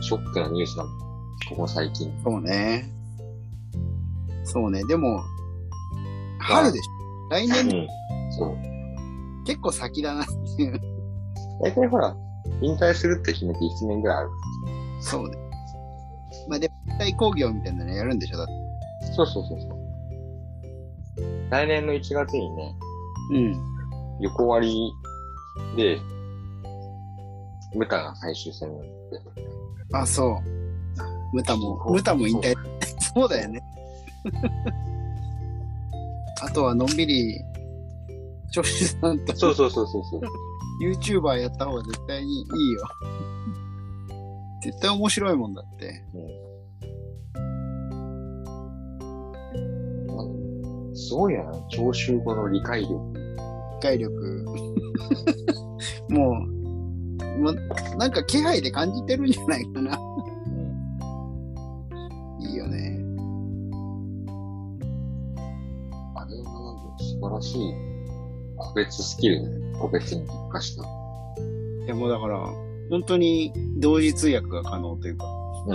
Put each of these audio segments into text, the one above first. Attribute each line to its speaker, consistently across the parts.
Speaker 1: ショックなニュースなの。ここ最近。
Speaker 2: そうね。そうね。でも、春でしょ来
Speaker 1: う
Speaker 2: 年
Speaker 1: ん。そう。
Speaker 2: 結構先だなっていう。
Speaker 1: 大体ほら、引退するって決めて1年ぐらいある。
Speaker 2: そうね。まあでも、引退工業みたいなのやるんでしょだって。
Speaker 1: そうそうそうそう。来年の1月にね、
Speaker 2: うん。
Speaker 1: 横割りで、ムタが最終戦なんで。
Speaker 2: あ、そう。ムタも、ムタも引退。そうだよね。あとはのんびり、女子さんと
Speaker 1: そうそうそうそうそう。
Speaker 2: YouTuber やった方が絶対にいいよ。絶対面白いもんだって。
Speaker 1: うんすごいな、聴衆後の理解力。
Speaker 2: 理解力。もう、もうなんか気配で感じてるんじゃないかな。いいよね。
Speaker 1: あれはなんか素晴らしい個別スキルだね。個別に特化した。
Speaker 2: いやもうだから、本当に同時通訳が可能というか、
Speaker 1: うん。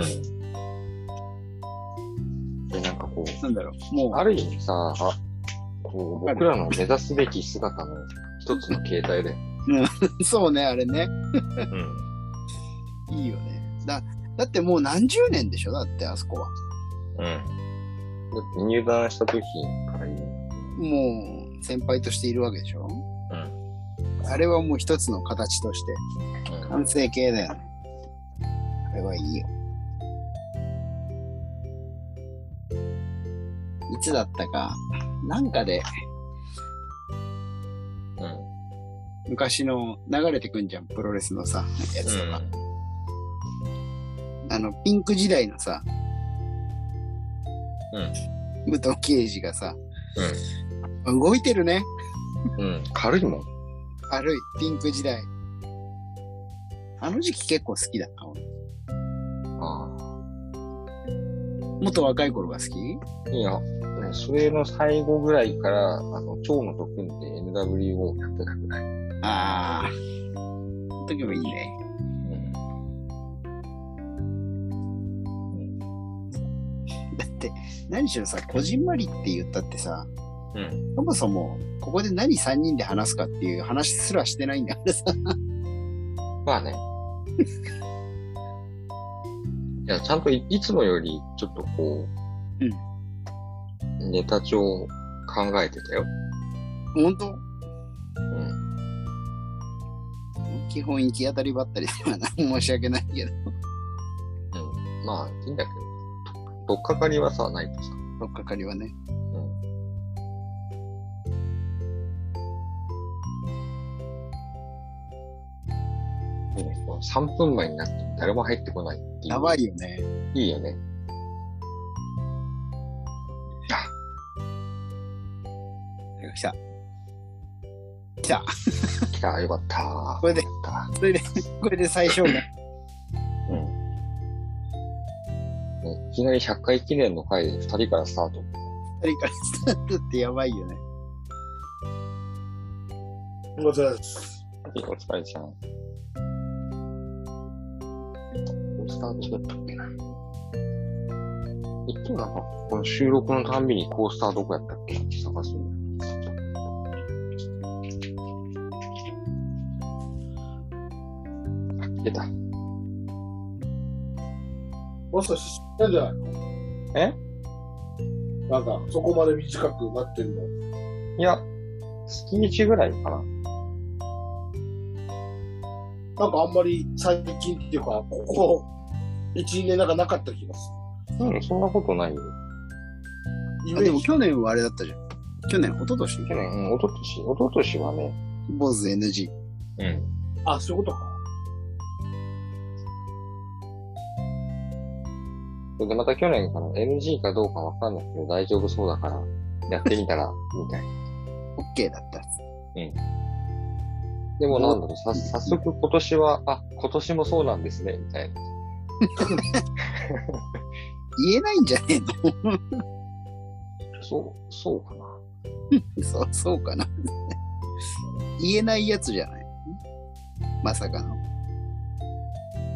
Speaker 1: で、なんかこう、
Speaker 2: なんだろう、も
Speaker 1: ある意味さ、あこう
Speaker 2: わかる
Speaker 1: 僕らの目指すべき姿の一つの形態で。
Speaker 2: う、そうね、あれね。
Speaker 1: うん。
Speaker 2: いいよね。だ、だってもう何十年でしょだってあそこは。
Speaker 1: うん。入団した時から言う。
Speaker 2: もう先輩としているわけでしょ
Speaker 1: うん。
Speaker 2: あれはもう一つの形として、完成形だよね。あれはいいよ。いつだったか、なんかで
Speaker 1: うん。うん。
Speaker 2: 昔の流れてくんじゃん、プロレスのさ、やつとか。あの、ピンク時代のさ、武藤刑事がさ、動いてるね。
Speaker 1: うん。うん。軽いもん。
Speaker 2: 悪い、ピンク時代。あの時期結構好きだった。俺
Speaker 1: ああ。
Speaker 2: もっと若い頃が好き
Speaker 1: いや、ねそれの最後ぐらいから、あの、蝶の特訓で NWO やってたぐらい。
Speaker 2: ああ。ほっとけばいいね。だって、何しろさ、こじんまりって言ったってさ、
Speaker 1: うん。
Speaker 2: そもそも、ここで何3人で話すかっていう話すらしてないんだからさ。
Speaker 1: まあね。いや、ちゃんといいつもより、ちょっとこう、ネタ帳を考えてたよ。
Speaker 2: 本当
Speaker 1: うん。
Speaker 2: 基本行き当たりばったりだからな。申し訳ないけど。
Speaker 1: うん。まあ、いいんだけど、とっかかりはさ、ないとさ。
Speaker 2: とっかかりはね。
Speaker 1: うん。もう3分前になっても誰も入ってこないっていう。
Speaker 2: やばいよね。
Speaker 1: いいよね。あ、
Speaker 2: 来た。来た。
Speaker 1: 来た、よかった。
Speaker 2: これで
Speaker 1: よかっ
Speaker 2: それで、これで最小限。
Speaker 1: た。うん。ねいきなり100回記念の回で2人からスタート。
Speaker 2: 二人からスタートってやばいよね。
Speaker 3: お疲れ様です。
Speaker 1: お疲れちゃん。スタートだったっけな。いつもなんか、この収録のたんびにコースターどこやったっけ探すんだよ。あ、出た。
Speaker 3: もしかして知ったんじゃないの
Speaker 1: え
Speaker 3: なんか、そこまで短くなってんの。
Speaker 1: いや、月1ぐらいかな。
Speaker 3: なんかあんまり最近っていうか、ここ、1、2年なんかなかった気がす
Speaker 1: うん、そんなことないよ。
Speaker 3: る。イメ
Speaker 2: あで
Speaker 3: ー
Speaker 2: も
Speaker 3: ジ。
Speaker 2: 去年はあれだったじゃん。去年、一昨年
Speaker 1: 去年、うん、おととし、おととしはね、
Speaker 2: 坊主 NG。
Speaker 1: うん。
Speaker 3: あ、そういうことか。
Speaker 1: それでまた去年から NG かどうかわかんないけど大丈夫そうだから、やってみたら、みたいな。
Speaker 2: OK だった。
Speaker 1: でもなんだろう、さ、早速今年は、あ、今年もそうなんですね、みたいな。
Speaker 2: 言えないんじゃねえの
Speaker 1: そう、そうかな。
Speaker 2: そう、そうかな。言えないやつじゃないまさかの。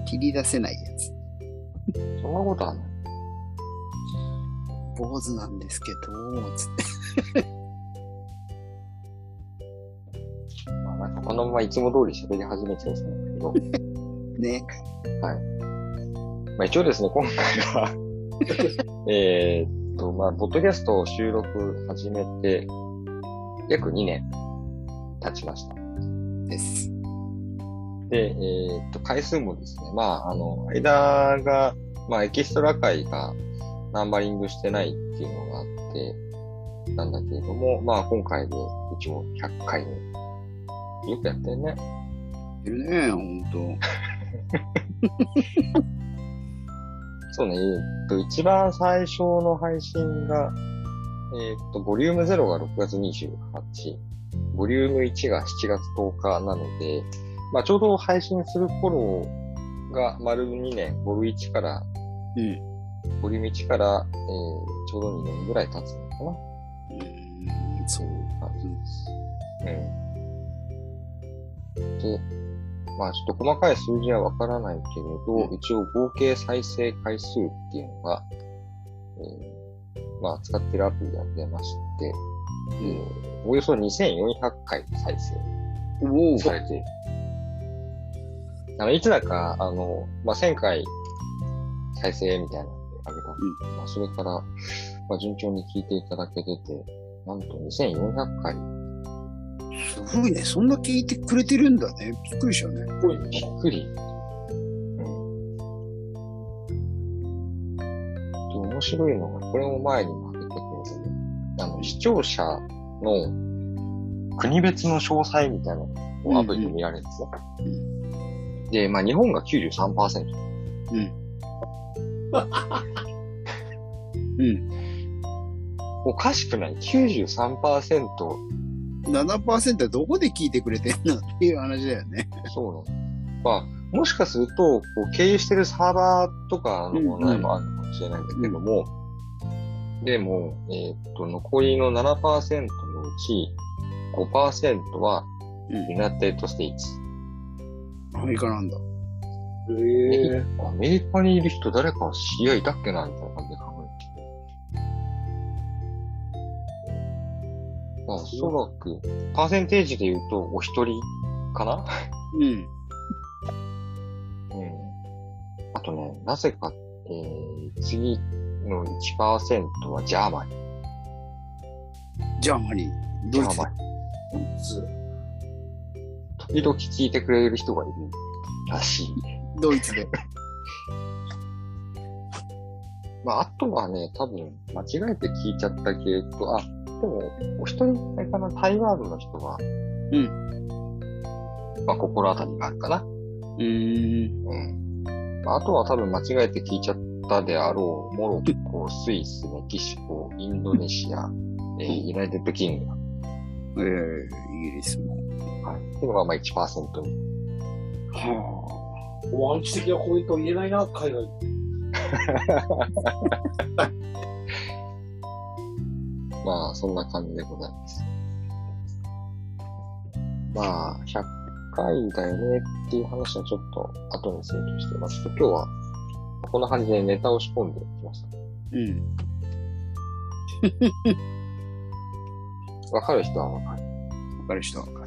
Speaker 2: 切り出せないやつ。
Speaker 1: そんなことはない。
Speaker 2: 坊主なんですけど、つって。
Speaker 1: まあ、なんかこのままいつも通り喋り始めちゃいそうなんだけど。
Speaker 2: ね。
Speaker 1: まあ、一応ですね、今回は、 えーっと、まあ、ポッドキャストを収録始めて、約2年経ちました。
Speaker 2: です。
Speaker 1: で、えーっと、回数もですね、まあ、あの、枝が、まあ、エキストラ回がナンバリングしてないっていうのがあって、なんだけれども、まあ、今回で一応100回目。よくやってるね。
Speaker 2: いるね、ほんと。
Speaker 1: そうね、えーっと、一番最初の配信が、えーっと、ボリューム0が6月28、ボリューム1が7月10日なので、まあ、ちょうど配信する頃が丸2年、ボリューム1から、
Speaker 2: うん。
Speaker 1: ボリューム1から、えーちょうど2年ぐらい経つのかな。
Speaker 2: うん、そう。
Speaker 1: うん。で、まあちょっと細かい数字はわからないけれど、
Speaker 2: うん
Speaker 1: 一応合計再生回数っていうのが、えーまあ使ってるアプリが出まして、えーおよそ2400回再生
Speaker 2: おお。
Speaker 1: されている。あの、いつだか、あの、まあ1000回再生みたいなのであげた。まあそれから、まあ順調に聞いていただけてて、なんと2400回
Speaker 2: すごいね。そんな聞いてくれてるんだね。びっくりしたね。
Speaker 3: ぽいね
Speaker 1: びっくり。うん。で、面白いのが、これも前にも挙げたけれども、あの、視聴者の国別の詳細みたいなのをアプリで見られるんですよ。
Speaker 2: うんう
Speaker 1: で、まあ、日本が93%。
Speaker 2: うん。
Speaker 1: おかしくない ?93%。
Speaker 2: 7%はどこで聞いてくれてんのっていう話だよね。
Speaker 1: そうね。まあ、もしかすると、こう経由してるサーバーとかの問題もあるのかもしれないんだけども、でも、えーっと、残りの7%のうち、5%は
Speaker 2: うん
Speaker 1: ユナイテッド・ステイツ。
Speaker 2: アメリカなんだ。
Speaker 3: へえ。
Speaker 1: アメリカにいる人誰か知り合いいたっけなみたいな感じで考えてて。まあ、おそらく、パーセンテージで言うと、お一人かな
Speaker 2: うん。
Speaker 1: うんあとね、なぜか、えー、次の1%はジャーマニ。
Speaker 2: じゃあ、マリー。
Speaker 1: ジ
Speaker 2: ど
Speaker 1: ャ
Speaker 2: うし
Speaker 1: ーマ
Speaker 2: て
Speaker 1: ニ。時々聞いてくれる人がいるらしい。
Speaker 2: ドイツで。
Speaker 1: まあ、あとはね、多分、間違えて聞いちゃったけれど、あ、でも、お一人だけかな、台湾の人は、。
Speaker 2: うん
Speaker 1: まあ、心当たりがあるかな。
Speaker 2: うーん。
Speaker 1: うん。まあ、あとは多分間違えて聞いちゃったであろう、モロッコ、スイス、メキシコ、インドネシア、えー、ユナイテッドキングダム
Speaker 2: えー、イギリスも。
Speaker 1: はい。っていうのがまあ1%に。
Speaker 2: は
Speaker 3: ワンチ的なコメント言えないな、海外。
Speaker 1: まあ、そんな感じでございます。まあ、100回だよねっていう話はちょっと後にするとして、まあ、ちょっと今日は、こんな感じでネタを仕込んできました。
Speaker 2: あ。うん。
Speaker 1: わかる人はわかる。
Speaker 2: わかる人はわかる。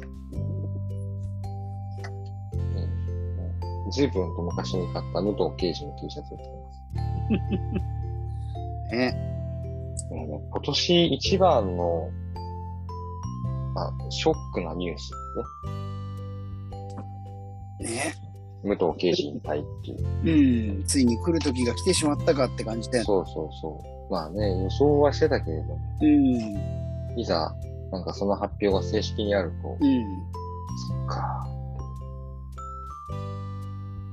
Speaker 1: 随分と昔に買った武藤刑事の T シャツを着てます。
Speaker 2: ね。
Speaker 1: もうね今年一番の、まあ、ショックなニュース
Speaker 2: ね。
Speaker 1: ね。武藤刑事に対っていう。
Speaker 2: うん。ついに来る時が来てしまったかって感じだよね。
Speaker 1: そうそうそう。まあね、予想はしてたけれども、
Speaker 2: うん。
Speaker 1: いざ、なんかその発表が正式にあると、
Speaker 2: う
Speaker 1: そっか。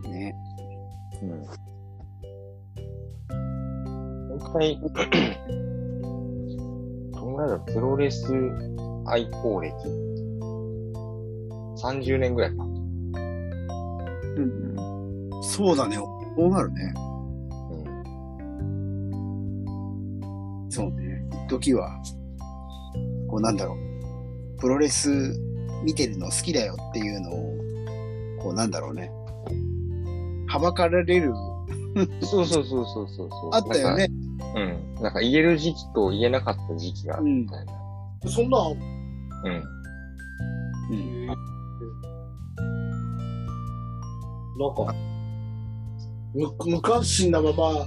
Speaker 2: ん。ね。
Speaker 1: うん。今 回、どんぐらいだろうプロレス愛好歴。30年ぐらいか。
Speaker 2: うん。そうだね。こうなるね。
Speaker 1: うん。
Speaker 2: そうね。一時は、こうなんだろう。プロレス見てるの好きだよっていうのを、こうなんだろうね。はばかられる
Speaker 1: そうそうそうそうそうそう。
Speaker 2: あったよ
Speaker 1: なん
Speaker 2: ね。
Speaker 1: か。うん。なんか言える時期と言えなかった時期があるみたいな。
Speaker 3: そんなん、
Speaker 1: うん。
Speaker 2: うん
Speaker 3: なんか、む、無関心なまま、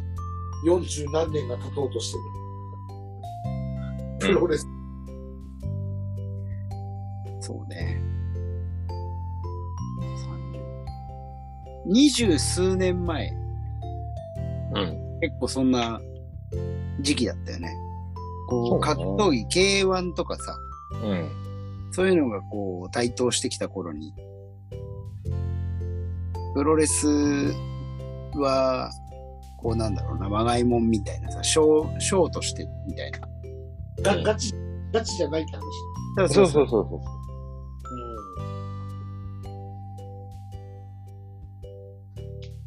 Speaker 3: 四十何年が経とうとしてる。プロレス。
Speaker 2: そうね。30二十数年前、
Speaker 1: うん。
Speaker 2: 結構そんな時期だったよね。こ、
Speaker 1: そううね
Speaker 2: 格闘技、K1 とかさ、
Speaker 1: うん。
Speaker 2: そういうのがこう、台頭してきた頃に、プロレスは、こうなんだろうな、まがいもんみたいなさ、ショー、ショーとしてみたいな。
Speaker 3: が、ガチ、ガチじゃないって話。
Speaker 1: そうそうそうそう。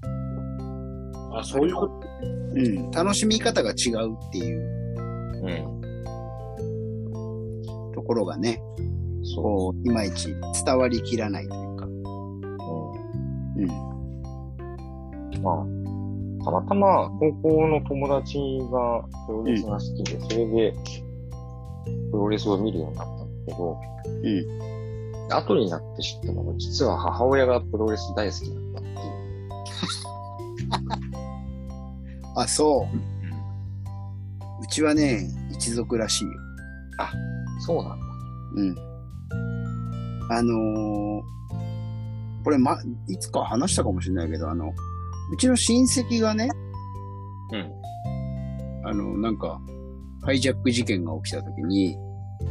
Speaker 3: うん。あ、そういうこと。
Speaker 2: うん、楽しみ方が違うっていう
Speaker 1: うん。
Speaker 2: ところがね、
Speaker 1: そ
Speaker 2: こう、いまいち伝わりきらないというか。
Speaker 1: う。
Speaker 2: うん。
Speaker 1: うん。まあ、たまたま高校の友達がプロレスが好きで、それで、プロレスを見るようになったんだけど、
Speaker 2: うん。
Speaker 1: 後になって知ったのが、実は母親がプロレス大好きだったっていう。
Speaker 2: あ、そう。うちはね、一族らしいよ。
Speaker 1: そうなんだ。
Speaker 2: うん。あのーこれま、いつか話したかもしれないけど、あの、うちの親戚がね、
Speaker 1: うん。
Speaker 2: あの、なんか、ハイジャック事件が起きた時 に、
Speaker 1: うん。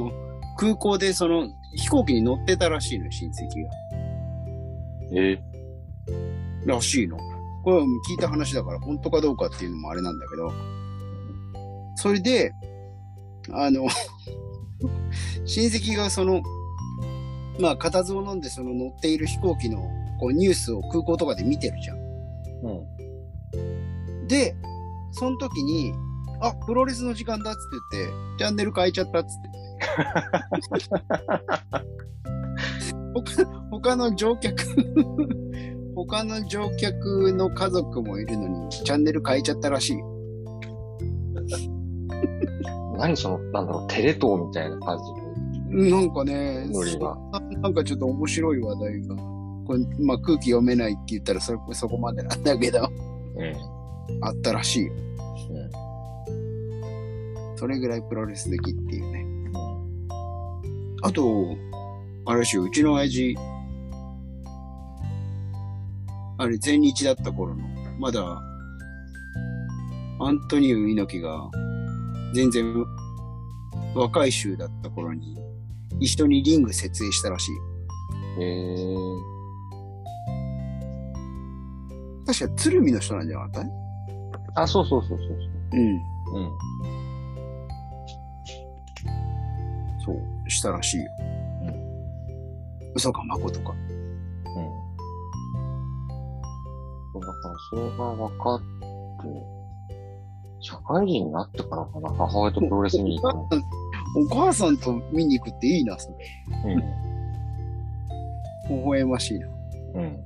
Speaker 2: もう空港でその、飛行機に乗ってたらしいのよ、親戚が。
Speaker 1: え
Speaker 2: らしいの。これは聞いた話だから、本当かどうかっていうのもあれなんだけど。それで、あの、 親戚がその、まあ、固唾を飲んでその乗っている飛行機のこうニュースを空港とかで見てるじゃん。
Speaker 1: うん。
Speaker 2: で、その時に、あ、プロレスの時間だっつって言って、チャンネル変えちゃったっつって。 他他の乗客 他の乗客の家族もいるのにチャンネル変えちゃったらしいよ
Speaker 1: 何その、なんだろう、テレ東みたいな感じ
Speaker 2: なんかね、
Speaker 1: ノリが
Speaker 2: そんななんかちょっと面白い話題が、これまあ、空気読めないって言ったらそれそこまでなんだけ
Speaker 1: で。
Speaker 2: ど、あったらしいよ。
Speaker 1: うん。
Speaker 2: それぐらいプロレス好きっていうね。あと、あれらしいよ、うちの親父、あれ、全日だった頃の、まだ、アントニオ猪木が、全然、若い衆だった頃に、一緒にリング設営したらしいよ。
Speaker 1: うん。えー、
Speaker 2: 確か鶴見の人なんじゃなかった
Speaker 1: あ、そうそうそうそう
Speaker 2: うん。
Speaker 1: そう。うん。
Speaker 2: そう、したらしいよ。
Speaker 1: う
Speaker 2: 嘘か誠
Speaker 1: う
Speaker 2: か。
Speaker 1: ん。そうだから、それが分かって、社会人になってからかな、母親とプロレスに行ったの。
Speaker 2: お母さんと見に行くっていいな、それ。微笑ましいな。
Speaker 1: うん。うん。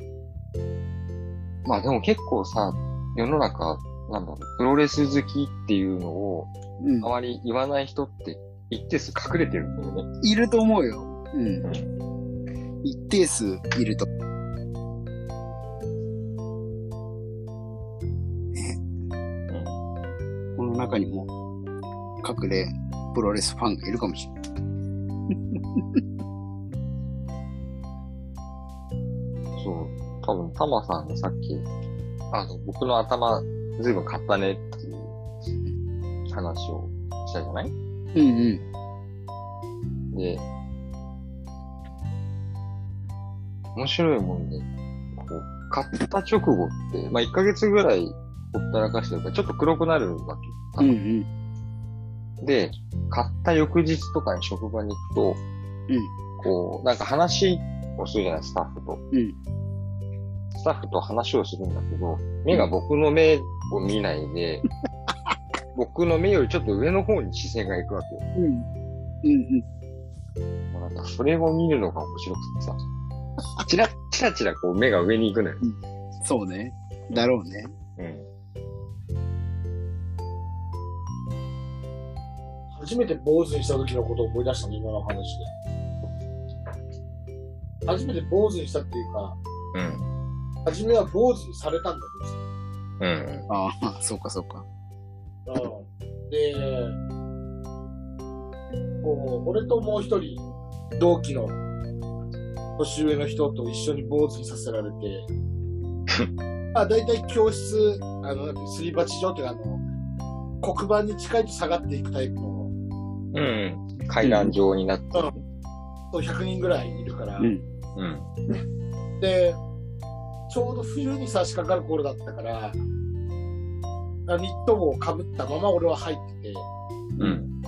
Speaker 1: まあでも結構さ、世の中、なんだろう、プロレス好きっていうのを、
Speaker 2: うん
Speaker 1: あ。まり言わない人って、一定数隠れてるんだよね。
Speaker 2: いると思うよ。うん。一定数いると。ね。この中にも、隠れプロレスファンがいるかもしれない。
Speaker 1: そう。多分、タマさんがさっき、あの、僕の頭、ずいぶん買ったねっていう話をしたじゃない
Speaker 2: うんうん。
Speaker 1: で、面白いもんで、こう、買った直後って、まあ、1ヶ月ぐらいほったらかしてるから、ちょっと黒くなるわ
Speaker 2: う
Speaker 1: け。
Speaker 2: んうん。
Speaker 1: で、買った翌日とかに職場に行くと、こう、なんか話をするじゃない、スタッフと。
Speaker 2: うん
Speaker 1: スタッフと話をするんだけど、目が僕の目を見ないで、僕の目よりちょっと上の方に視線が行くわけよ。
Speaker 2: うん。うんうん。
Speaker 1: もうなんかそれを見るのが面白くてさ、チラッチチラチラこう目が上に行くのよ。
Speaker 2: そうね。だろうね。
Speaker 1: うん。
Speaker 3: 初めて坊主にした時のことを思い出したの、今の話で。初めて坊主にしたっていうか、
Speaker 1: うん。
Speaker 3: 初めは坊主にされたんだけどさ。
Speaker 1: うん。
Speaker 2: ああ、そうかそうか。
Speaker 3: うんで、こう、俺ともう一人、同期の年上の人と一緒に坊主にさせられて、まあ、大体教室、あの、なんていうすり鉢状というか、あの、黒板に近いと下がっていくタイプの、
Speaker 1: うん。階段状になってる。
Speaker 3: そう100人ぐらいいるから、
Speaker 2: うん
Speaker 1: うん。
Speaker 3: で、ちょうど冬に差し掛かる頃だったから、あニット帽をかぶったまま俺は入ってて、
Speaker 1: うん。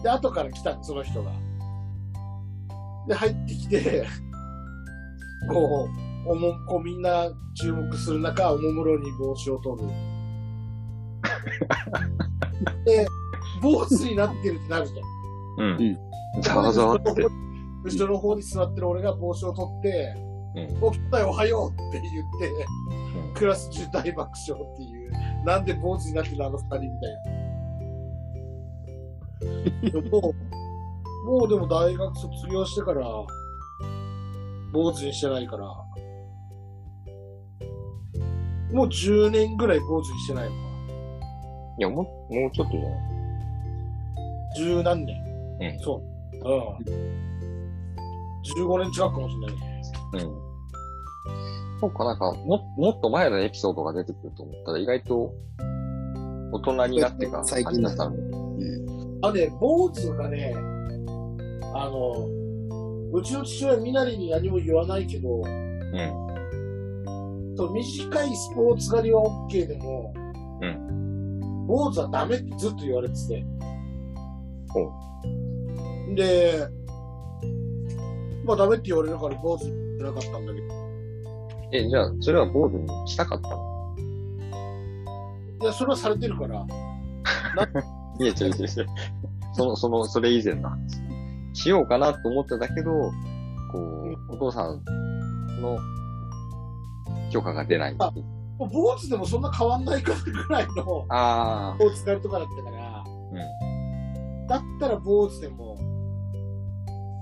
Speaker 3: で、後から来たの、その人が。で、入ってきて、 こう、おも、こうみんな注目する中、おもむろに帽子 を取る。で、坊主になってるってなるじ
Speaker 1: うん。 ざ
Speaker 3: ゃん。
Speaker 1: わざわっ
Speaker 3: 後
Speaker 1: て
Speaker 3: ろの。方後ろの方に座ってる俺が帽子を取って、
Speaker 1: うん
Speaker 3: 起きたよ、おはようって言って、
Speaker 1: うん
Speaker 3: クラス中大爆笑っていう、なんで坊主になってるのあの二人みたいな。でももう、もうでも大学卒業してから、坊主にしてないから、もう10年ぐらい坊主にしてないのか
Speaker 1: いや、もう、もうちょっとじゃない
Speaker 3: 十何年。
Speaker 1: うん
Speaker 3: そう。うん。15年近くかもしれないね。
Speaker 1: うん。そうか、なんか、も、もっと前のエピソードが出てくると思ったら、意外と、大人になってから、
Speaker 2: 最近だ
Speaker 1: 有田さん
Speaker 3: あ、ね、坊主がね、あの、うちの父親みなりに何も言わないけど、
Speaker 1: うん。
Speaker 3: その短いスポーツ狩りは OK でも、
Speaker 1: う
Speaker 3: 坊主はダメってずっと言われてて。
Speaker 1: ほ
Speaker 3: で、まあダメって言われるから坊主ってなかったんだけど、
Speaker 1: え、じゃあ、それは坊主にしたかったの
Speaker 3: いや、それはされてるから、
Speaker 1: いや、違う違う違う。 その、その、それ以前の話。しようかなと思ってたけど、こう、お父さんの許可が出ないっていう。
Speaker 3: もう坊主でもそんな変わんないからぐらいのス
Speaker 1: ああ
Speaker 3: ポーツ狩りとかだったから、
Speaker 1: ー、うん。
Speaker 3: だったら坊主でも、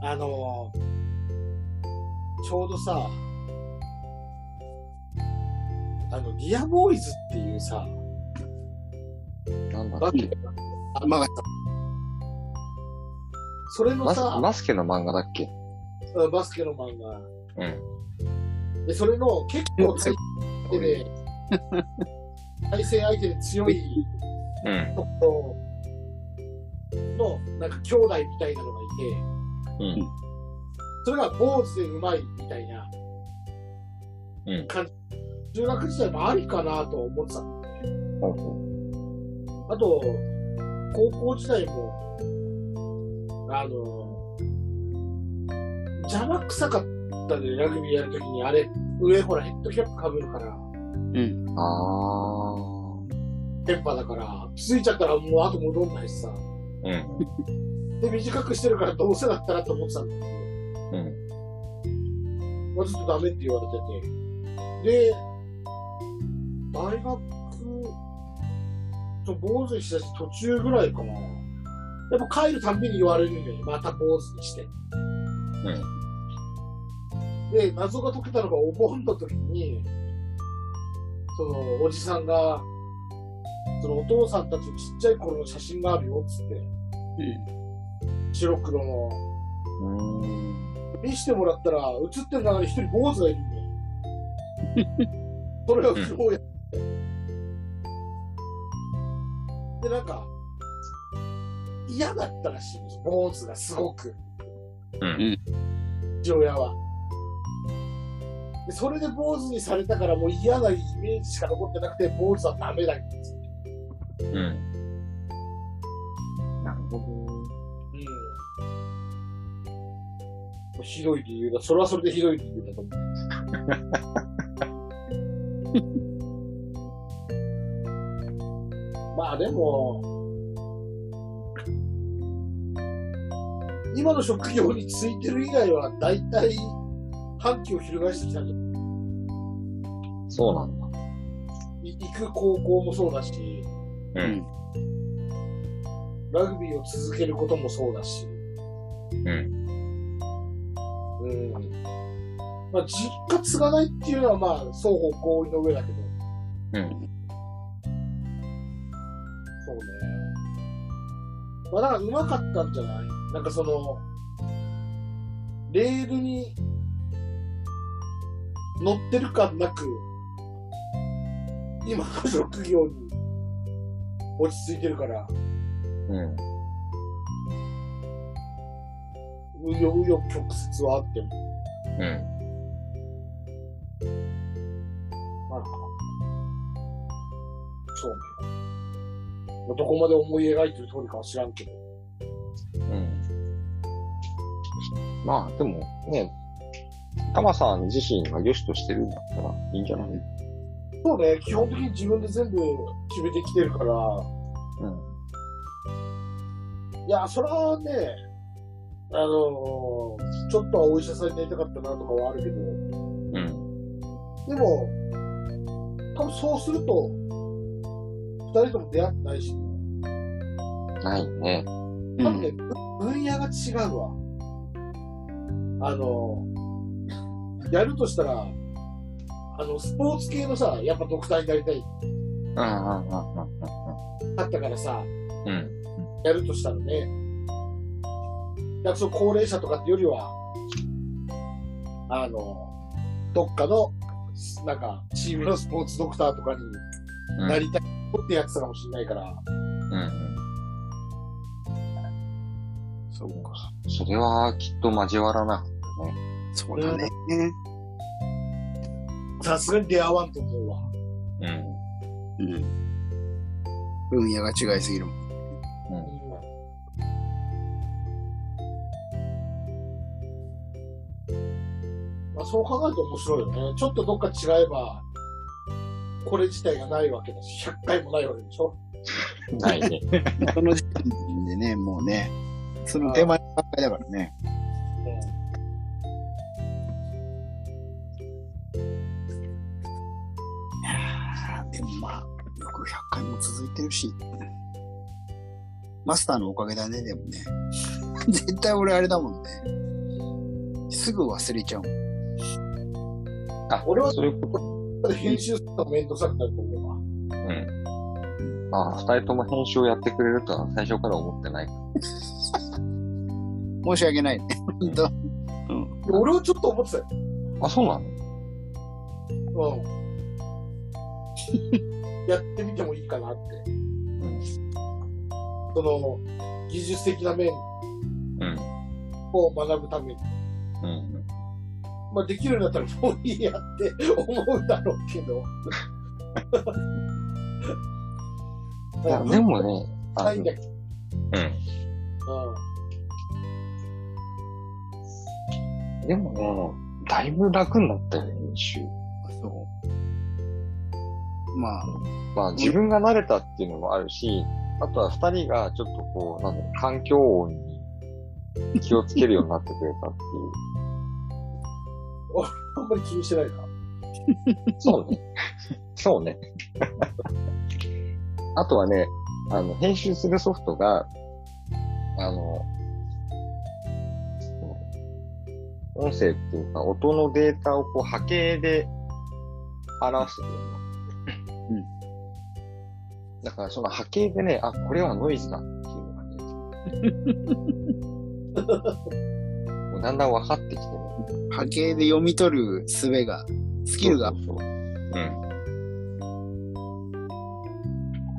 Speaker 3: あのーちょうどさ、あの、ディアボーイズっていうさ、
Speaker 1: なんだっけ
Speaker 2: あまあ、
Speaker 3: それの
Speaker 1: マス
Speaker 3: さ、
Speaker 1: マスケの漫画だっけ
Speaker 3: バスケの漫画。
Speaker 1: うん。
Speaker 3: で、それの結構対戦 で、対戦相手で強い
Speaker 1: うん。
Speaker 3: ところの、なんか兄弟みたいなのがいて、
Speaker 1: うん。
Speaker 3: それが坊主でうまいみたいな
Speaker 1: うん
Speaker 3: 感じ。中学時代もありかなとは思ってた。
Speaker 1: ほうほ
Speaker 3: あと、高校時代も、あの、邪魔くさかったで、ラグビーやるときに、あれ、上ほらヘッドキャップかぶるから、
Speaker 1: うあ
Speaker 3: 電波だから、気づいちゃったらもう後戻んないしさ。
Speaker 1: あ。うん。
Speaker 3: で、短くしてるからどうせだったらと思ってたんだけど、
Speaker 1: うん。
Speaker 3: まあ、ずっとダメって言われてて。で、大学、と坊主にしたし途中ぐらいかな。やっぱ帰るたんびに言われるんだよね。また坊主にして。で、謎が解けたのがお盆の時に、そのおじさんが、そのお父さんたちのちっちゃい頃の写真があるよっつって、白黒の。
Speaker 1: うん。うん。
Speaker 3: 見してもらったら、写ってる中に一人坊主がいるんだよ。それが不幸やって。で、なんか、嫌だったらしいんです坊主がすごく。
Speaker 1: うん。
Speaker 3: 父親は。でそれで坊主にされたからもう嫌なイメージしか残ってなくて、坊主はダメだって言って
Speaker 1: うん。なるほ
Speaker 3: うん。ひどい理由だ。それはそれでひどい理由だと思う。 まあでも、今の職業についてる以外は大体、反旗を翻してきたんじゃない
Speaker 1: そうなんだ。
Speaker 3: い行く高校もそうだし、
Speaker 1: う
Speaker 2: うん
Speaker 1: ん。
Speaker 3: ラグビーを続けることもそうだし、
Speaker 1: うん。
Speaker 3: うん。まあ、実家継がないっていうのは、まあ、双方合意の上だけど、
Speaker 1: うん。
Speaker 3: そうね。まあ、だから、うまかったんじゃないなんかその、レールに乗ってる感なく、今の職業に落ち着いてるから、
Speaker 1: うん。
Speaker 3: うようよ曲折はあっても、
Speaker 1: うん。
Speaker 3: なんか、そうね。まあどこまで思い描いてる通りかは知らんけど、
Speaker 1: うん。まあ、でも、ね、タマさん自身が良しとしてるんだったらいいんじゃない
Speaker 3: そうね、基本的に自分で全部決めてきてるから、
Speaker 1: うん。
Speaker 3: いや、それはね、あのーちょっとはお医者さんになりたかったなとかはあるけど、
Speaker 1: うん。
Speaker 3: でも、多分そうすると、二人とも出会ってないし、
Speaker 1: ないね。
Speaker 2: う
Speaker 3: 多分ね、
Speaker 2: ん。
Speaker 3: 分野が違うわ。あのーやるとしたら、あの、スポーツ系のさ、やっぱドクターになりたい
Speaker 1: うん、うん、うん、うん
Speaker 3: かったからさ、
Speaker 1: うん。うん。
Speaker 3: やるとしたらね、だからその高齢者とかってよりは、あの、どっかの、なんか、チームのスポーツドクターとかに
Speaker 1: うん
Speaker 3: なりたいってやってたかもしれないから、
Speaker 1: うん。
Speaker 2: そうか。
Speaker 1: それはきっと交わらなかったね。
Speaker 2: そうだね。
Speaker 3: さすがに出会わんと思うわ。
Speaker 1: うん。
Speaker 2: うん。分野が違いすぎるもん。
Speaker 3: まあ、そう考えると面白いよね。ちょっとどっか違えば、これ自体がないわけだし、100回もないわけでしょ。
Speaker 1: ないね。
Speaker 2: その時点でね、もうね、その手前ばっかりだからね。でもまあ、よく100回も続いてるし。マスターのおかげだね、でもね。 絶対俺あれだもんね。すぐ忘れちゃうもん。
Speaker 1: あ、
Speaker 3: 俺は
Speaker 1: そういうこと。
Speaker 3: だって編集するの面倒くさくなると思うわ。
Speaker 1: うん。まあ、二人とも編集をやってくれるとは最初から思ってないか
Speaker 2: 申し訳ないね。本当。
Speaker 3: で俺はちょっと思ってたよ。
Speaker 1: ら。あ、そうなの
Speaker 3: うん。やってみてもいいかなって。
Speaker 1: ん
Speaker 3: その、技術的な面
Speaker 1: うん。
Speaker 3: を学ぶために。
Speaker 1: うん。
Speaker 3: まあ、できるようになったらもういいやって思うだろうけど。
Speaker 1: いや、でもね、あ
Speaker 3: ないんだけど。
Speaker 1: うん。でもね、だいぶ楽になったよね、編集。
Speaker 2: そう。まあ、
Speaker 1: まあ、自分が慣れたっていうのもあるし、あとは二人がちょっとこう、なんだろう、環境音に気をつけるようになってくれたってい
Speaker 3: うん。あんまり気にしてないな。
Speaker 1: う。そう ね。そうね。 あとはね、あの、編集するソフトが、あの、音声っていうか、音のデータをこう波形で表してくれるの。
Speaker 2: うん
Speaker 1: だからその波形でね、あ、これはノイズだっていうの がね、もうだんだん分かってきてね。
Speaker 2: 波形で読み取る術が、スキルが
Speaker 1: そうそうそううん。
Speaker 2: そうか。いやー、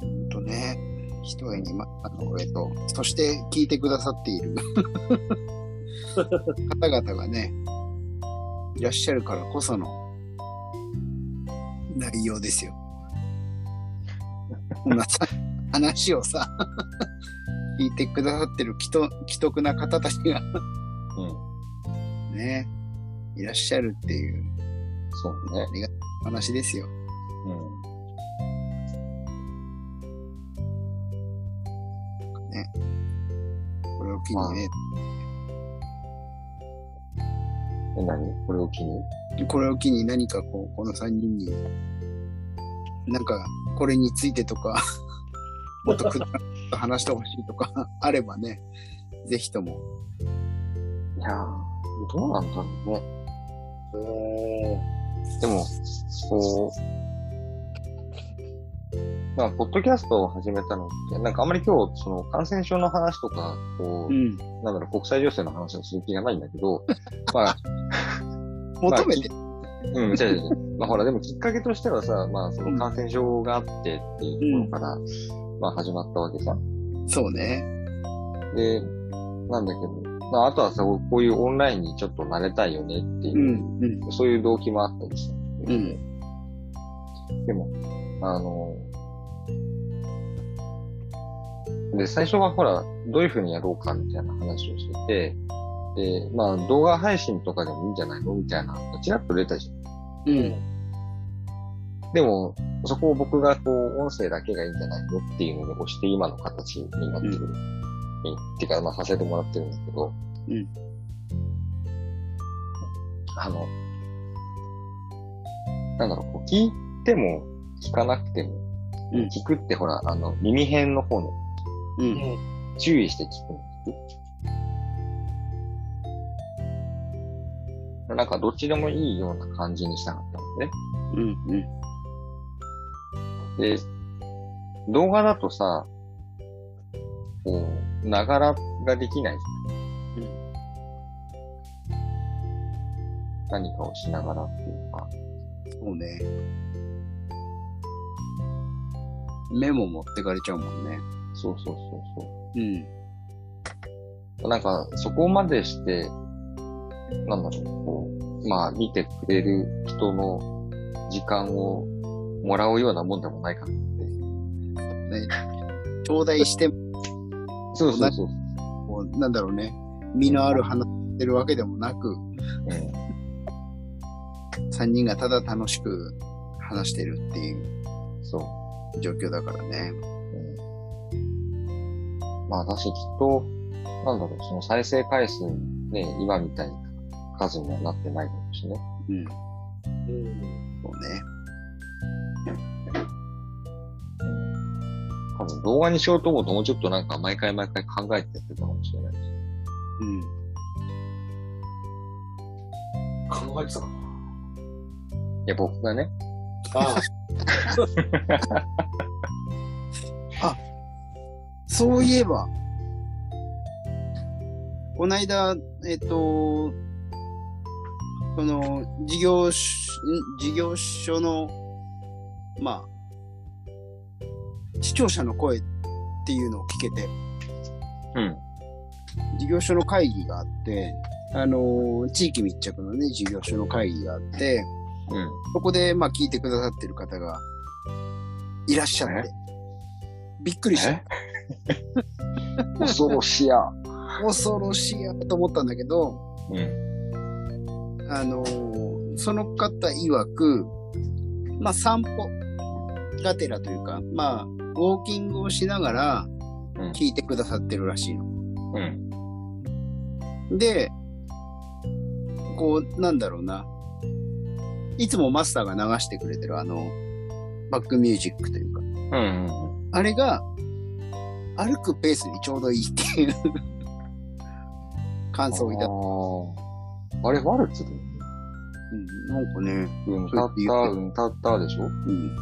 Speaker 2: ほんとね。ひとえに、ま、あの、俺と、そして聞いてくださっている方々がね、いらっしゃるからこその内容ですよ。こんなさ、話をさ、聞いてくださってる既得既得な方たちが
Speaker 1: うん。
Speaker 2: ね、いらっしゃるっていう
Speaker 1: そうね。
Speaker 2: 話ですよ。
Speaker 1: うん。
Speaker 2: これを機にね、
Speaker 1: え、何これを機に
Speaker 2: これを機に何かこう、この3人に、なんか、これについてと か、もっとくだらないこと話してほしいとか、 あればね、ぜひとも。
Speaker 1: いやー、どうなんだろうね。
Speaker 3: おー
Speaker 1: でも、こう、まあ、ポッドキャストを始めたのって、なんかあんまり今日、その感染症の話とか、こう、
Speaker 2: ん。
Speaker 1: なんだろう、国際情勢の話をする気がないんだけど、 まあ、
Speaker 2: 求めて、
Speaker 1: うん、違う違う違う。まあほら、でもきっかけとしてはさ、まあその感染症があってっていうところから、まあ始まったわけさ。
Speaker 2: そうね。
Speaker 1: で、なんだけど、まああとはさ、こういうオンラインにちょっと慣れたいよねっていうう、
Speaker 2: ん、うん、
Speaker 1: そういう動機もあったりした。
Speaker 2: うん。
Speaker 1: でも、あの、で、最初はほら、どういうふうにやろうかみたいな話をしてて、で、まあ動画配信とかでもいいんじゃないのみたいな、ちらっと出たじゃん
Speaker 2: うん。
Speaker 1: でも、そこを僕がこう、音声だけがいいんじゃないのっていうのを押して今の形になってる。
Speaker 2: う
Speaker 1: にっていうか、まあ、させてもらってるんですけど。
Speaker 2: うん
Speaker 1: あの、なんだろう、こう聞いても聞かなくても、
Speaker 2: うん
Speaker 1: 聞くってほら、あの、耳辺の方の
Speaker 2: うん。
Speaker 1: 注意して聞くの。なんかどっちでもいいような感じにしたかったんですね。
Speaker 2: うん。うん。
Speaker 1: で、動画だとさ、こう、ながらができないじゃない。何かをしながらっていうか。
Speaker 2: そうね。メモ持ってかれちゃうもんね。
Speaker 1: そうそうそうそ
Speaker 2: うん。
Speaker 1: う。なんか、そこまでして、なんだろう、こう、まあ、見てくれる人の時間をもらうようなもんでもないかなって。
Speaker 2: 頂戴しても、
Speaker 1: そうそうそう。
Speaker 2: こうなんだろうね。身のある話してるわけでもなく、
Speaker 1: うん
Speaker 2: 3人がただ楽しく話してるっていう
Speaker 1: そう。
Speaker 2: 状況だからね。
Speaker 1: うんまあ、だし、きっと、なんだろう、その再生回数、ね、今みたいな数にはなってないかもしれない。
Speaker 2: うん。
Speaker 3: うん
Speaker 2: そうね。
Speaker 1: 多分動画にしようと思うともうちょっとなんか毎回毎回考えてやってたかもしれないし。
Speaker 2: うん。
Speaker 3: 考えてたかない
Speaker 1: や、僕がね、
Speaker 3: あ
Speaker 2: そういえば、この間、えっと、その、事業し、ん事業所の、まあ、視聴者の声っていうのを聞けて、
Speaker 1: うん。
Speaker 2: 事業所の会議があって、あの地域密着のね、事業所の会議があって、
Speaker 1: うん。
Speaker 2: そこで、まあ、聞いてくださってる方が、いらっしゃって、びっくりした。
Speaker 1: 恐ろし や。
Speaker 2: 恐ろしいやと思ったんだけど、
Speaker 1: うん。
Speaker 2: あのーその方曰く、まあ散歩がてらというか、まあ、ウォーキングをしながら
Speaker 1: うん
Speaker 2: 聞いてくださってるらしいの。
Speaker 1: うん。
Speaker 2: で、こう、なんだろうな。いつもマスターが流してくれてるあの、バックミュージックというか、
Speaker 1: うん。うん
Speaker 2: あれが、歩くペースにちょうどいいっていう感想をいただい
Speaker 1: あーあれ、ワルツだよね。
Speaker 2: た。うん、なんかね、
Speaker 1: うん、たった、うん、たったでしょ
Speaker 2: うん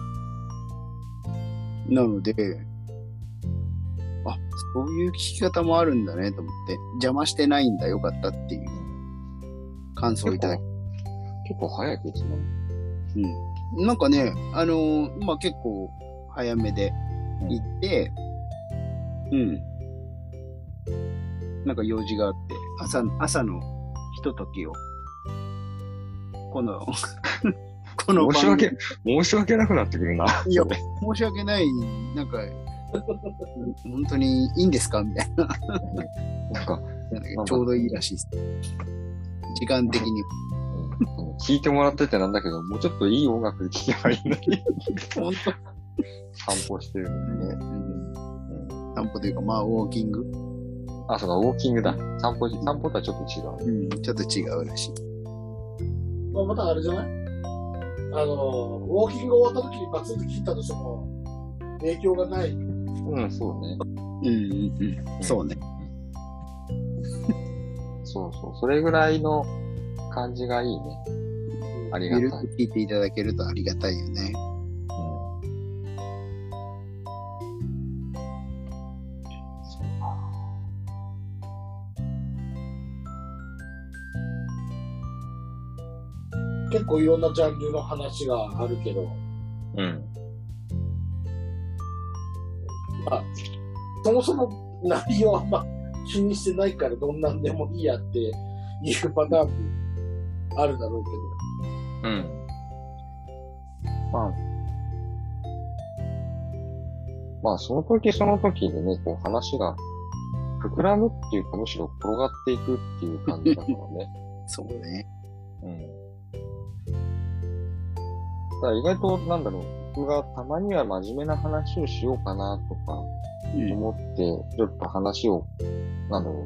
Speaker 2: なので、あ、そういう聞き方もあるんだねと思って、邪魔してないんだよかったっていう感想を
Speaker 1: 結
Speaker 2: いただき
Speaker 1: 構、結構早いけどね。
Speaker 2: うん。なんかね、あのーまあ、結構早めで行って、うん。なんか用事があって、朝、朝のひとときを、この、 この番組
Speaker 1: 申し訳、申し訳なくなってくるな。
Speaker 2: いや、申し訳ない、なんか、本当にいいんですかみたいな
Speaker 1: なんか、
Speaker 2: なんだけど。ちょうどいいらしいです。時間的 に。
Speaker 1: うん聞いてもらっててなんだけど、もうちょっといい音楽で聴けばいいのに、
Speaker 2: 本
Speaker 1: 散歩してるのにね。
Speaker 2: 当うん散歩というか、まあ、ウォーキング、
Speaker 1: あ、そうか、ウォーキングだ。散歩、散歩とはちょっと違う。
Speaker 2: ちょっと違うらしい。
Speaker 3: まあ、またあれじゃないあの、ウォーキング終わった時にバツンと切ったとしても、影響がない。
Speaker 1: うん、そうね。
Speaker 2: うんうんうん。そうね。
Speaker 1: そうそう。それぐらいの感じがいいね。ありが
Speaker 2: ゆる
Speaker 1: た
Speaker 2: く
Speaker 1: い。
Speaker 2: 聞いていただけるとありがたいよ
Speaker 1: うん。
Speaker 2: ね。
Speaker 1: そうか。
Speaker 3: 結構いろんなジャンルの話があるけど、
Speaker 1: うん。
Speaker 3: そもそも内容はあんま気にしてないからどんなんでもいいやっていうパターンもあるだろうけど。
Speaker 1: うん。まあ。まあ、その時その時でね、こう話が膨らむっていうか、むしろ転がっていくっていう感じだからね。
Speaker 2: そうね。
Speaker 1: うん。だから意外と、なんだろう、僕がたまには真面目な話をしようかなとか
Speaker 2: うん。
Speaker 1: 思って、ちょっと話を、なんだろう、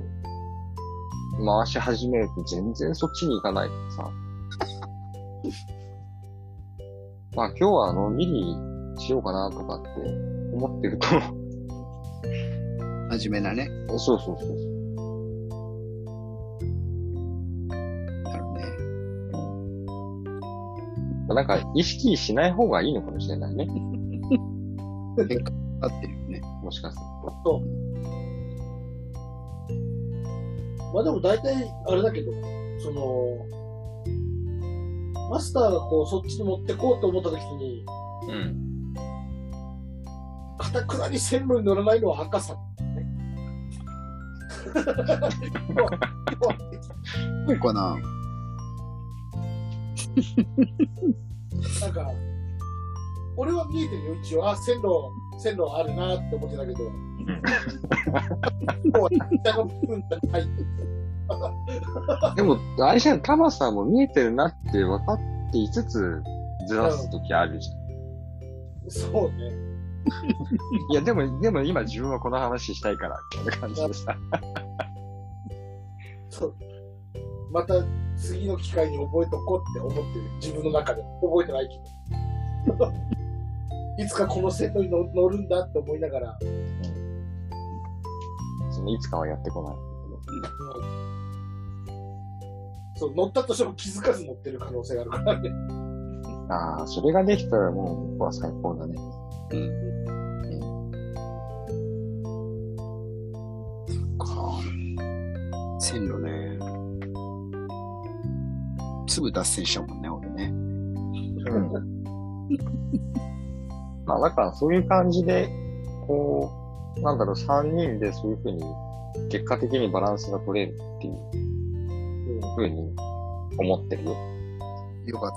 Speaker 1: 回し始めると全然そっちに行かないからさ。 まあ今日はのんびりしようかなとかって思ってると、
Speaker 2: 真面目なね。
Speaker 1: そうそうそうそう。
Speaker 2: なるね。
Speaker 1: なんか意識しない方がいいのかもしれないね。
Speaker 2: 結果、合ってるよね。
Speaker 1: もしかすると。
Speaker 3: まあでも大体、あれだけど、その、マスターがこう、そっちに持ってこうと思った時に、
Speaker 1: うん。
Speaker 3: かたくなに線路に乗らないのは赤さ。ね
Speaker 2: そうかな
Speaker 3: なんか、俺は見えてるよ、一応。あ、線路、線路あるなって思ってたけど。 こう、下の部分がない。
Speaker 1: でも、あれじゃん、タマさんも見えてるなって分かっていつつずらすときあるじゃん。
Speaker 3: そうね。
Speaker 1: いや、でも、でも今自分はこの話したいから、みたいな感じでさ。
Speaker 3: そう。また次の機会に覚えとこうって思ってる。自分の中で。覚えてないけど。 いつかこの線路に乗乗るんだって思いながら。
Speaker 1: そのいつかはやってこない。
Speaker 3: そう、乗ったとしても気づかず乗ってる可能性があるからね。
Speaker 1: ああ、それができたらもう僕は最高だね。
Speaker 2: か。線路ね。すぐ脱線しちゃうもんね、俺ね。
Speaker 1: うん。まあ、だからそういう感じで、こう、なんだろう、3人でそういうふうに、結果的にバランスが取れるっていうふうに思ってるよ。
Speaker 2: よかった。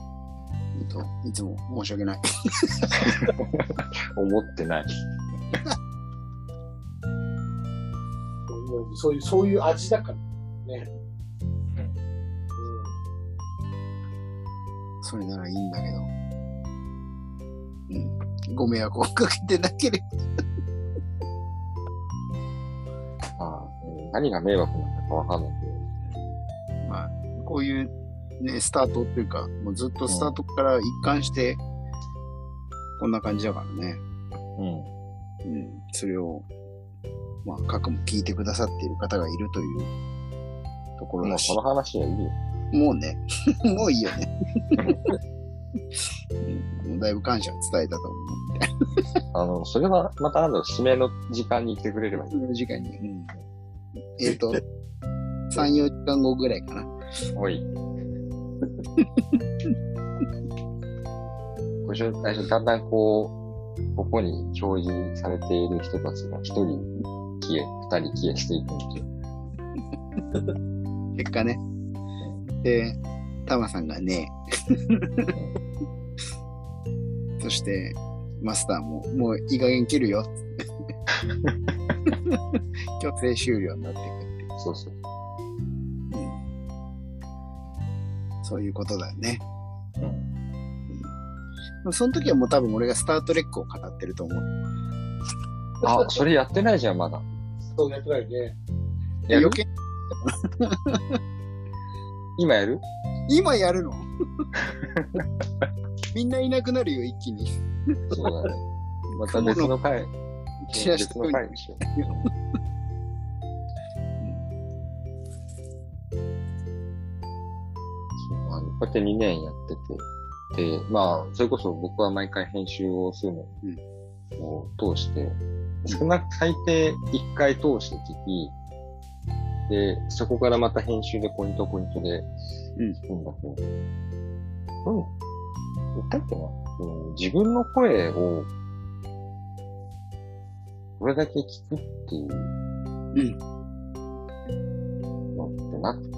Speaker 2: 本当いつも申し訳ない。
Speaker 1: 思ってない。
Speaker 3: もうそういう、そういう味だからね。うん
Speaker 2: それならいいんだけど。うん。ご迷惑をかけてなければ。
Speaker 1: まあ、うん何が迷惑なのかわかんないけど。
Speaker 2: まあ、こういう、ね、スタートっていうか、もうずっとスタートから一貫して、こんな感じだからね。
Speaker 1: うん。
Speaker 2: うん。それを、まあ、過去も聞いてくださっている方がいるというところ
Speaker 1: もう
Speaker 2: だし
Speaker 1: この、話はいいよ。
Speaker 2: もうね、 もういいよ ね。うんもうだいぶ感謝を伝えたと思う。
Speaker 1: あの、それはまたなんだろう、締めの時間に言ってくれればいい。
Speaker 2: その時間に。うん、えっ、と、3、4時間後ぐらいかな。
Speaker 1: おい。ご紹介して、だんだんこう、ここに表示されている人たちが一人消え、二人消えしていくんで。
Speaker 2: 結果ね。で、タマさんがね、 そして、マスターも、もういい加減切るよ。 強制終了になっていくっていう
Speaker 1: そうそう。
Speaker 2: そういうことだよね。
Speaker 1: うん。
Speaker 2: うんその時はもう多分俺がスタートレックを語ってると思う。
Speaker 1: あ、それやってないじゃん、まだ。
Speaker 3: そうやってないね。
Speaker 1: いや
Speaker 2: 余計
Speaker 1: 今やる
Speaker 2: 今やるの みんないなくなるよ、一気に。
Speaker 1: そうだね。また別の回、
Speaker 2: シェアし
Speaker 1: 別
Speaker 2: とく
Speaker 1: の
Speaker 2: に
Speaker 1: 回にしよう。そう あのこうやって2年やってて、で、まあ、それこそ僕は毎回編集をするのを通して、少なく最低1回通して聞き、で、そこからまた編集でポイントポイントで、
Speaker 2: うん
Speaker 1: んだけど、うん、言ったっけな、うん、自分の声を、これだけ聞くっていう、
Speaker 2: うん
Speaker 1: のってなくて、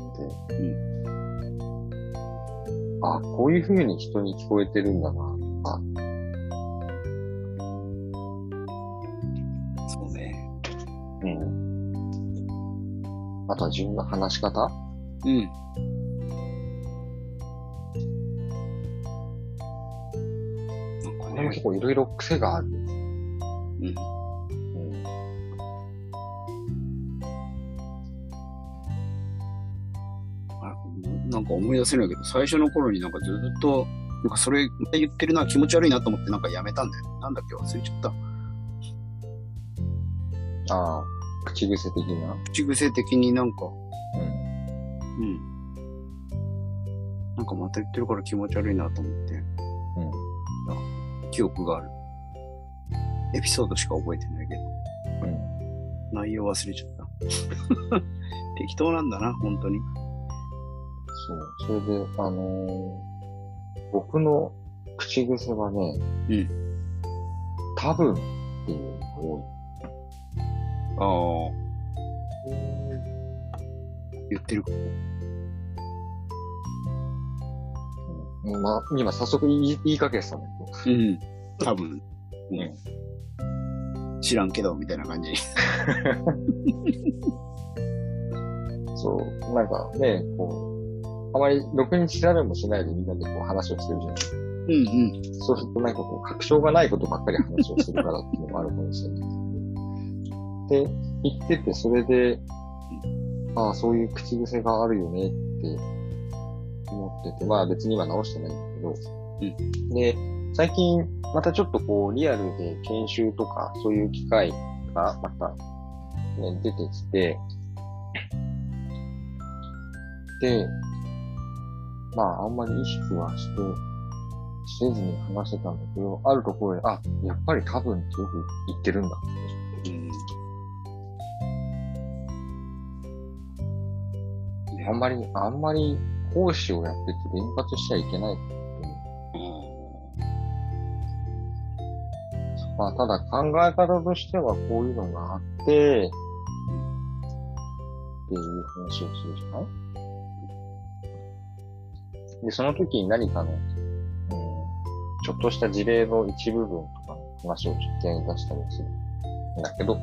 Speaker 1: あ、こういう風に人に聞こえてるんだな、とか、
Speaker 2: そうね。
Speaker 1: うん。あとは自分の話し方
Speaker 2: うん。な
Speaker 1: これも
Speaker 2: んかね、
Speaker 1: 結構いろいろ癖がある。
Speaker 2: うん。
Speaker 1: うん。
Speaker 2: あなんか思い出せないけど、最初の頃になんかずっと、なんかそれ言ってるな、気持ち悪いなと思ってなんかやめたんだよね。なんだっけ忘れちゃった。
Speaker 1: ああ、口癖的な。
Speaker 2: 口癖的になんか、
Speaker 1: う
Speaker 2: うん。なんかまた言ってるから気持ち悪いなと思って、
Speaker 1: うん。
Speaker 2: 記憶がある。エピソードしか覚えてないけど、
Speaker 1: うん。
Speaker 2: 内容忘れちゃった。 適当なんだな、本当に。
Speaker 1: そう。それで、あのー僕の口癖はね、
Speaker 2: うん。
Speaker 1: 多分っていうのが多い。
Speaker 2: ああ。言ってるか。
Speaker 1: うんまあ、今早速言い言いかけてたんだけど。
Speaker 2: うん。多分。知らんけど、みたいな感じ。
Speaker 1: そう。なんかね、こう、あまりろくに調べもしないでみんなでこう話をしてるじゃないですか。
Speaker 2: うんうん。
Speaker 1: そうするとなんかこう、確証がないことばっかり話をするからっていうのもあるかもしれない。で、言ってて、それで、ああ、そういう口癖があるよねって思ってて、まあ別に今直してないんだけど、で、最近またちょっとこう、リアルで研修とかそういう機会がまた、ね、出てきて、で、まああんまり意識はしてせずに話してたんだけど、あるところで、あ、やっぱり多分ってよく言ってるんだ。あんまり、あんまり講師をやってて連発しちゃいけない。まあ、ただ考え方としてはこういうのがあって、っていう話をするじゃないで、その時に何かの、うん、ちょっとした事例の一部分とかの話を実験に出したりするんだけど、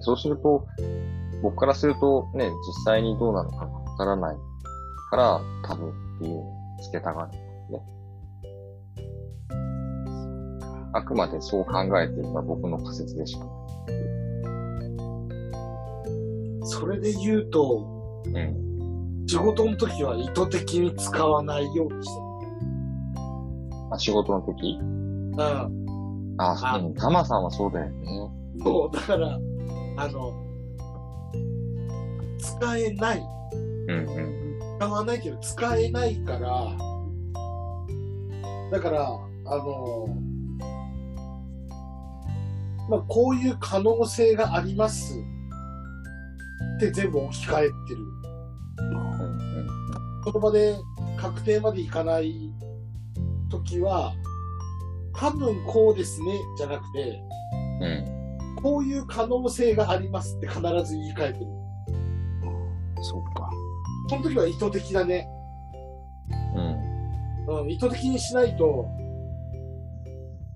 Speaker 1: そうすると、僕からするとね、実際にどうなのかわからないから、多分っていうのをつけたがるんだよね。あくまでそう考えてるのは僕の仮説でしかな
Speaker 3: それで言うと、
Speaker 1: い。うん。
Speaker 3: 仕事の時は意図的に使わないようにして
Speaker 1: あ、仕事の時
Speaker 3: る。うん。
Speaker 1: あ、
Speaker 3: あ
Speaker 1: うん。タマさんはそうだよね。
Speaker 3: そう、だから、あの、使えない。
Speaker 1: うんうん。
Speaker 3: 使わないけど使えないからだからあのまあこういう可能性がありますって全部置き換えてる
Speaker 1: うんうん。
Speaker 3: その場で確定までいかない時は多分こうですねじゃなくて
Speaker 1: うん。
Speaker 3: こういう可能性がありますって必ず言い換えてる
Speaker 2: そうか。
Speaker 3: その時は意図的だね
Speaker 1: うん。
Speaker 3: うん、意図的にしないと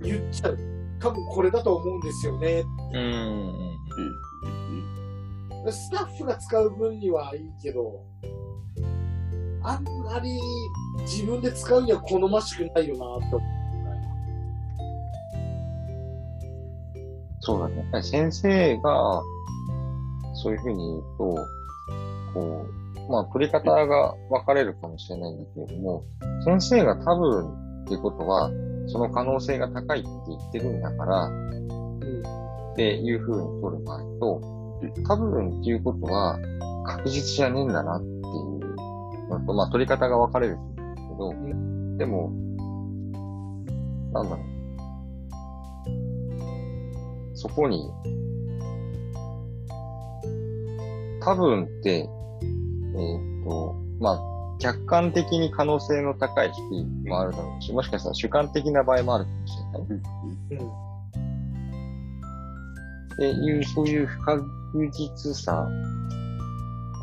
Speaker 3: 言っちゃう多分これだと思うんですよね
Speaker 1: うん。
Speaker 2: うん。
Speaker 3: スタッフが使う分にはいいけどあんまり自分で使うには好ましくないよなと
Speaker 1: そうだね。やっぱり先生が、そういうふうに言うと、こう、まあ、取り方が分かれるかもしれないんだけれども、先生が多分っていうことは、その可能性が高いって言ってるんだから、っていう風に取る場合と、多分っていうことは確実じゃねえんだなっていうのと、まあ取り方が分かれるんですけど、でも、なんだろう。そこに、多分って、えーっと、まあ、客観的に可能性の高い低いもあるだろうし、もしかしたら主観的な場合もあるかもしれない。っていう、そういう不確実さ、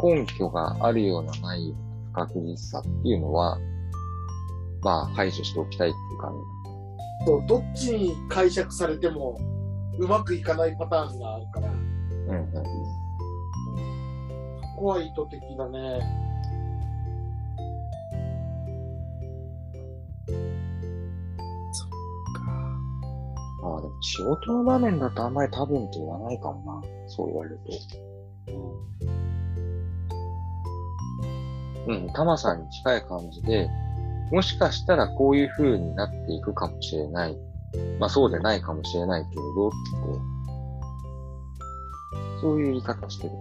Speaker 1: 根拠があるようなないような不確実さっていうのは、まあ排除しておきたいっていう感
Speaker 3: そうどっちに解釈されてもうまくいかないパターンがあるから
Speaker 1: じ。うんうん。
Speaker 3: そこは意図的だね
Speaker 1: まあでも仕事の場面だとあんまり多分って言わないかもな。そう言われると。うん、タマさんに近い感じで、もしかしたらこういう風になっていくかもしれない。まあそうでないかもしれないけれど、って。そういう言い方してる。
Speaker 3: う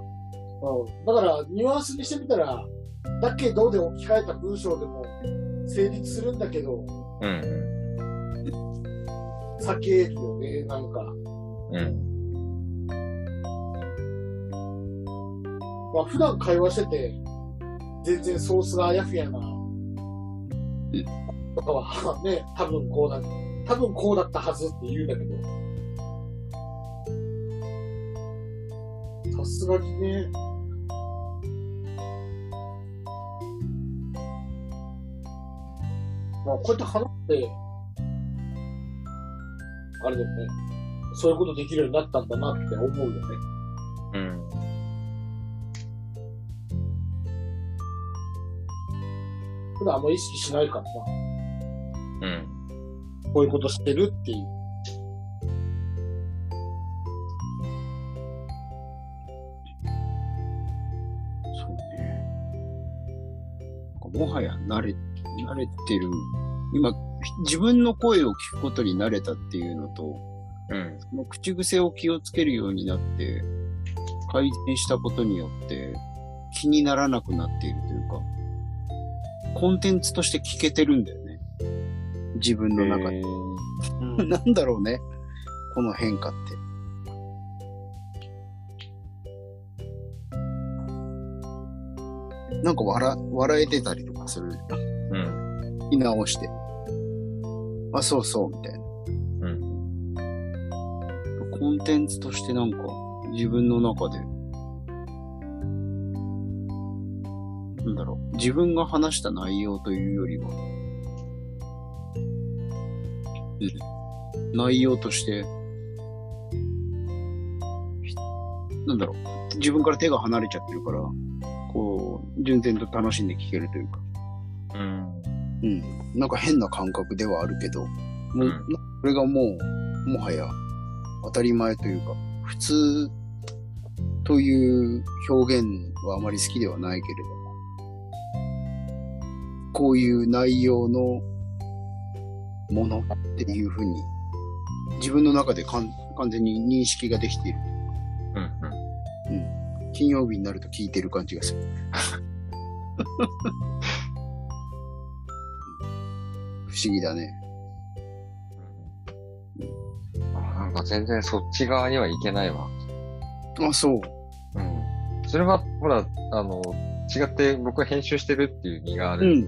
Speaker 3: ん、だからニュアンスにしてみたら「だけど」で置き換えた文章でも成立するんだけど
Speaker 1: うん
Speaker 3: 避けるよねなんか、
Speaker 1: うん。うん。
Speaker 3: まあ普段会話してて全然ソースがあやふやなとかはね多分こうだ多分こうだったはずって言うんだけどさすがにねまあこうやって話してあれだよねそういうことできるようになったんだなって思うよね
Speaker 1: うん。
Speaker 3: 普段あんま意識しないからな
Speaker 1: うん。
Speaker 3: こういうことしてるっていう。
Speaker 2: そうね。なんかもはや慣れ、慣れてる。今、自分の声を聞くことに慣れたっていうのと、
Speaker 1: うん。
Speaker 2: その口癖を気をつけるようになって、改善したことによって、気にならなくなっているというか、コンテンツとして聞けてるんだよね。自分の中で。 なんだろうね。この変化って。なんか笑、笑えてたりとかする。
Speaker 1: うん。
Speaker 2: 見直して。あ、そうそう、みたいな。
Speaker 1: うん。
Speaker 2: コンテンツとしてなんか、自分の中で、なんだろう、自分が話した内容というよりは、うん内容として、ひなんだろう、自分から手が離れちゃってるから、こう、純然と楽しんで聞けるというか、
Speaker 1: うん。
Speaker 2: うん、なんか変な感覚ではあるけど、も
Speaker 1: うん
Speaker 2: う、なこれがもう、もはや当たり前というか、普通という表現はあまり好きではないけれども、こういう内容のものっていうふうに、自分の中でかん完全に認識ができている。
Speaker 1: うん。
Speaker 2: 金曜日になると聞いてる感じ がする。不思議だね。
Speaker 1: なんか全然そっち側にはいけないわ。
Speaker 2: あ、そう。
Speaker 1: うん。それは、ほら、あの、違って僕は編集してるっていう身があ
Speaker 2: う
Speaker 1: る
Speaker 2: ん。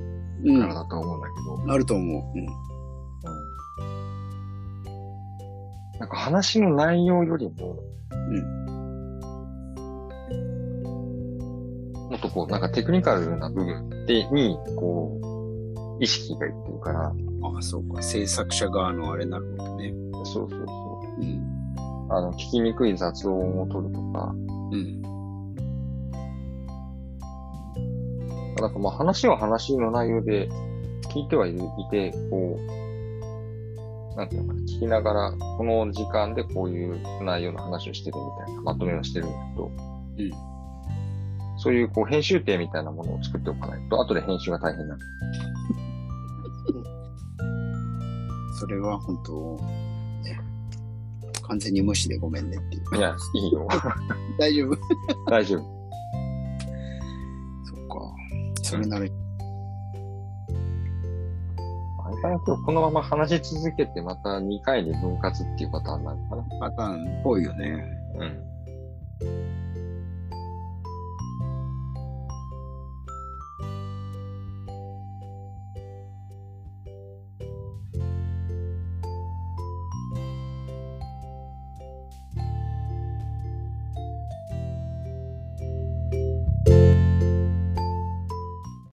Speaker 2: う
Speaker 1: から
Speaker 2: ん。
Speaker 1: だと思うんだけど、
Speaker 2: あると思う。うん。
Speaker 1: うん。なんか話の内容よりも、もっとこう、なんかテクニカルな部分でに、こう、意識がいってるから、
Speaker 2: ああ、そうか。制作者側のあれなるほどね。
Speaker 1: そうそうそう。
Speaker 2: うん。
Speaker 1: あの、聞きにくい雑音を取るとか、
Speaker 2: うん。
Speaker 1: なんかまあ話は話の内容で聞いてはいるいて、こう、なんていうのかな、聞きながら、この時間でこういう内容の話をしてるみたいな、まとめをしてるんだけど、、
Speaker 2: うん
Speaker 1: そういうこう編集点みたいなものを作っておかないと、後で編集が大変なの。
Speaker 2: それは本当、ね、完全に無視でごめんねっていう。
Speaker 1: いや、いいよ。
Speaker 2: 大丈夫
Speaker 1: 大丈夫。
Speaker 2: そっか。それなら、
Speaker 1: あれかな今日このまま話し続けて、また2回に分割っていうパターンなのかな。
Speaker 2: パターンっぽいよね。
Speaker 1: うん。